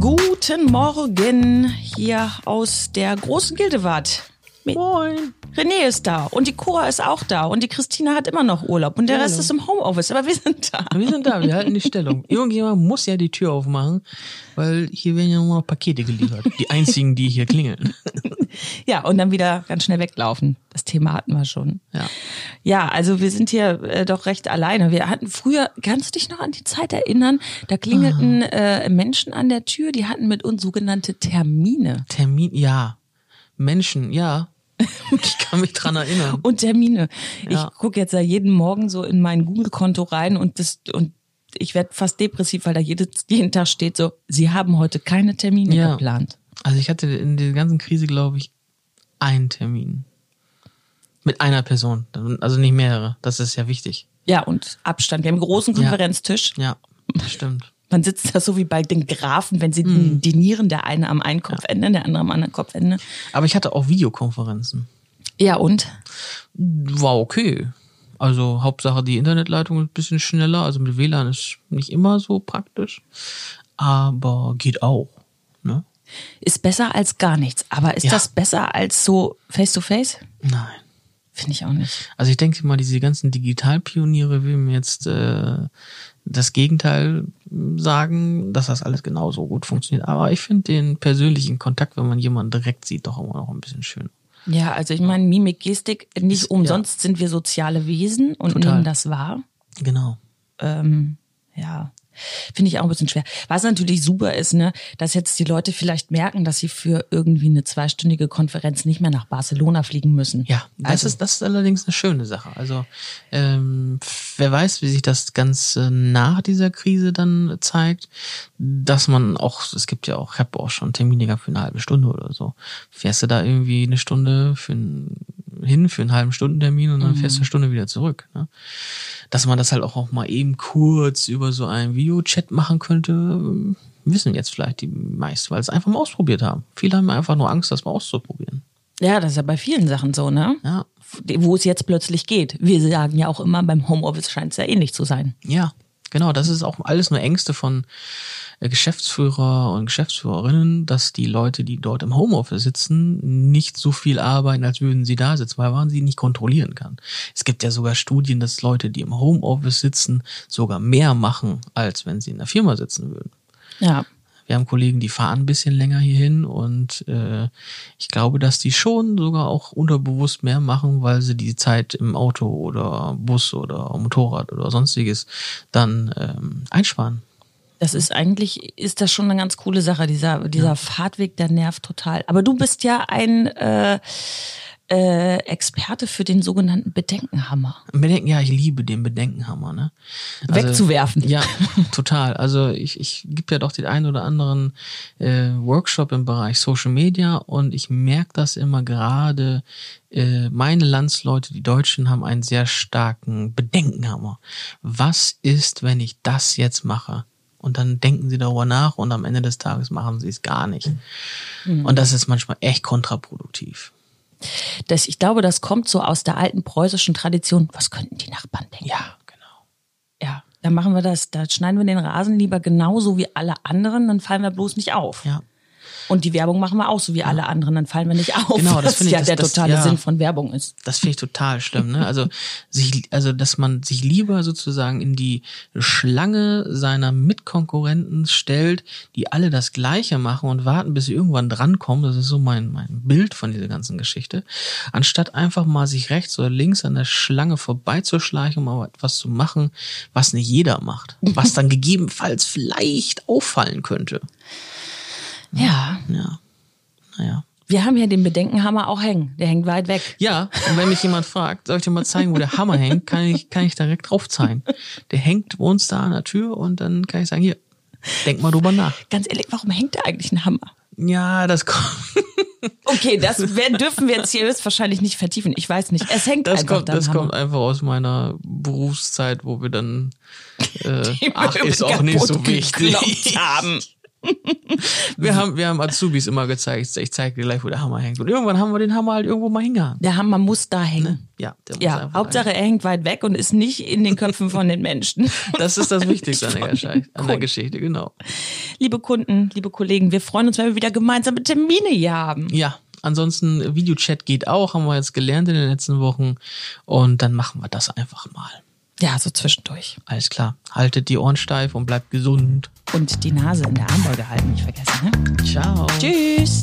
Guten Morgen hier aus der großen Gildewart. Mi- Moin. René ist da und die Cora ist auch da und die Christina hat immer noch Urlaub und der Hallo. Rest ist im Homeoffice, aber wir sind da. Wir sind da, wir halten die Stellung. Irgendjemand muss ja die Tür aufmachen, weil hier werden ja nur noch Pakete geliefert. Die einzigen, die hier klingeln. Ja, und dann wieder ganz schnell weglaufen. Das Thema hatten wir schon. Ja. Ja, also wir sind hier äh, doch recht alleine. Wir hatten früher, kannst du dich noch an die Zeit erinnern, da klingelten Ah. äh, Menschen an der Tür, die hatten mit uns sogenannte Termine. Termin, ja. Menschen, ja. Ich kann mich dran erinnern. Und Termine. Ja. Ich gucke jetzt ja jeden Morgen so in mein Google-Konto rein und das und ich werde fast depressiv, weil da jedes, jeden Tag steht so, sie haben heute keine Termine Ja. geplant. Also ich hatte in der ganzen Krise, glaube ich, einen Termin. Mit einer Person. Also nicht mehrere. Das ist ja wichtig. Ja, und Abstand. Wir haben einen großen Konferenztisch. Ja, das stimmt. Man sitzt da so wie bei den Grafen, wenn sie dinieren, der eine am einen Kopfende, der andere am anderen Kopfende. Aber ich hatte auch Videokonferenzen. Ja, und? war okay. Also Hauptsache die Internetleitung ist ein bisschen schneller. Also mit WLAN ist nicht immer so praktisch. Aber geht auch. Ne? Ist besser als gar nichts. Aber ist Ja. das besser als so face-to-face? Nein. Finde ich auch nicht. Also ich denke mal, diese ganzen Digitalpioniere will mir jetzt äh, das Gegenteil sagen, dass das alles genauso gut funktioniert. Aber ich finde den persönlichen Kontakt, wenn man jemanden direkt sieht, doch immer noch ein bisschen schöner. Ja, also ich meine, Mimik, Gestik, nicht Ist- umsonst sind wir soziale Wesen und Total. nehmen das wahr. Genau. ähm, ja, finde ich auch ein bisschen schwer. Was natürlich super ist, ne, dass jetzt die Leute vielleicht merken, dass sie für irgendwie eine zweistündige Konferenz nicht mehr nach Barcelona fliegen müssen. Ja, das also, ist das ist allerdings eine schöne Sache. Also ähm, wer weiß, wie sich das Ganze nach dieser Krise dann zeigt, dass man auch, es gibt ja auch, ich habe auch schon Termine gehabt für eine halbe Stunde oder so. Fährst du da irgendwie eine Stunde für einen, hin für einen halben Stundentermin und dann fährst du eine Stunde wieder zurück. Ne? Dass man das halt auch, auch mal eben kurz über so einen Videochat machen könnte, wissen jetzt vielleicht die meisten, weil sie es einfach mal ausprobiert haben. Viele haben einfach nur Angst, das mal auszuprobieren. ja, das ist ja bei vielen Sachen so, ne? Ja, Wo es jetzt plötzlich geht. Wir sagen ja auch immer, beim Homeoffice scheint es ja ähnlich zu sein. Ja, genau. Das ist auch alles nur Ängste von äh, Geschäftsführer und Geschäftsführerinnen, dass die Leute, die dort im Homeoffice sitzen, nicht so viel arbeiten, als würden sie da sitzen, weil man sie nicht kontrollieren kann. Es gibt ja sogar Studien, dass Leute, die im Homeoffice sitzen, sogar mehr machen, als wenn sie in der Firma sitzen würden. Ja. Wir haben Kollegen, die fahren ein bisschen länger hierhin und äh, ich glaube, dass die schon sogar auch unterbewusst mehr machen, weil sie die Zeit im Auto oder Bus oder Motorrad oder sonstiges dann ähm, einsparen. Das ist eigentlich, ist das schon eine ganz coole Sache, dieser, dieser Fahrtweg, der nervt total. Aber du bist ja ein äh, äh, Experte für den sogenannten Bedenkenhammer. Bedenken, ja, ich liebe den Bedenkenhammer, ne? Wegzuwerfen. Ja, total. Also ich, ich gebe ja doch den einen oder anderen äh, Workshop im Bereich Social Media und ich merke das immer gerade. Äh, meine Landsleute, die Deutschen, haben einen sehr starken Bedenkenhammer. Was ist, wenn ich das jetzt mache? Und dann denken sie darüber nach und am Ende des Tages machen sie es gar nicht. Und das ist manchmal echt kontraproduktiv. Das, ich glaube, das kommt so aus der alten preußischen Tradition. Was könnten die Nachbarn denken? Ja, genau. Ja. Dann machen wir das, da schneiden wir den Rasen lieber genauso wie alle anderen, dann fallen wir bloß nicht auf. Ja. Und die Werbung machen wir auch so wie alle anderen, dann fallen wir nicht auf. Genau, das was finde ich- ja das- der das- totale ja. Sinn von Werbung ist. Das finde ich total schlimm, ne? Also sich, also dass man sich lieber sozusagen in die Schlange seiner Mitkonkurrenten stellt, die alle das Gleiche machen und warten, bis sie irgendwann drankommen. Das ist so mein mein Bild von dieser ganzen Geschichte. Anstatt einfach mal sich rechts oder links an der Schlange vorbeizuschleichen, um mal etwas zu machen, was nicht jeder macht, was dann gegebenenfalls vielleicht auffallen könnte. Ja. Ja, naja. Wir haben hier den Bedenkenhammer auch hängen. Der hängt weit weg. Ja, und wenn mich jemand fragt, soll ich dir mal zeigen, wo der Hammer hängt, kann ich, kann ich direkt drauf zeigen. Der hängt bei uns da an der Tür und dann kann ich sagen, hier, denk mal drüber nach. Ganz ehrlich, warum hängt da eigentlich ein Hammer? Ja, das kommt, Okay, das werden, dürfen wir jetzt hier höchstwahrscheinlich nicht vertiefen. Ich weiß nicht. Es hängt das einfach kommt, da ein das Hammer. kommt einfach aus meiner Berufszeit, wo wir dann, äh, Die ach, Möbel ist auch nicht so kaputt geklopft wichtig. Haben. Wir haben, wir haben Azubis immer gezeigt, ich zeige dir gleich, wo der Hammer hängt. Und irgendwann haben wir den Hammer halt irgendwo mal hingehangen. Der Hammer muss da hängen. Ja, der muss Ja, einfach Hauptsache er hängt weit weg und ist nicht in den Köpfen von den Menschen. rein. Das ist das Wichtigste an Nicht der, von den Gesche- an der Geschichte, genau. liebe Kunden, liebe Kollegen, wir freuen uns, wenn wir wieder gemeinsame Termine hier haben. Ja, ansonsten äh, Videochat geht auch, haben wir jetzt gelernt in den letzten Wochen. Und dann machen wir das einfach mal. Ja, so zwischendurch. Alles klar. Haltet die Ohren steif und bleibt gesund. Und die Nase in der Armbeuge halten, nicht vergessen. Ne? Ciao. Tschüss.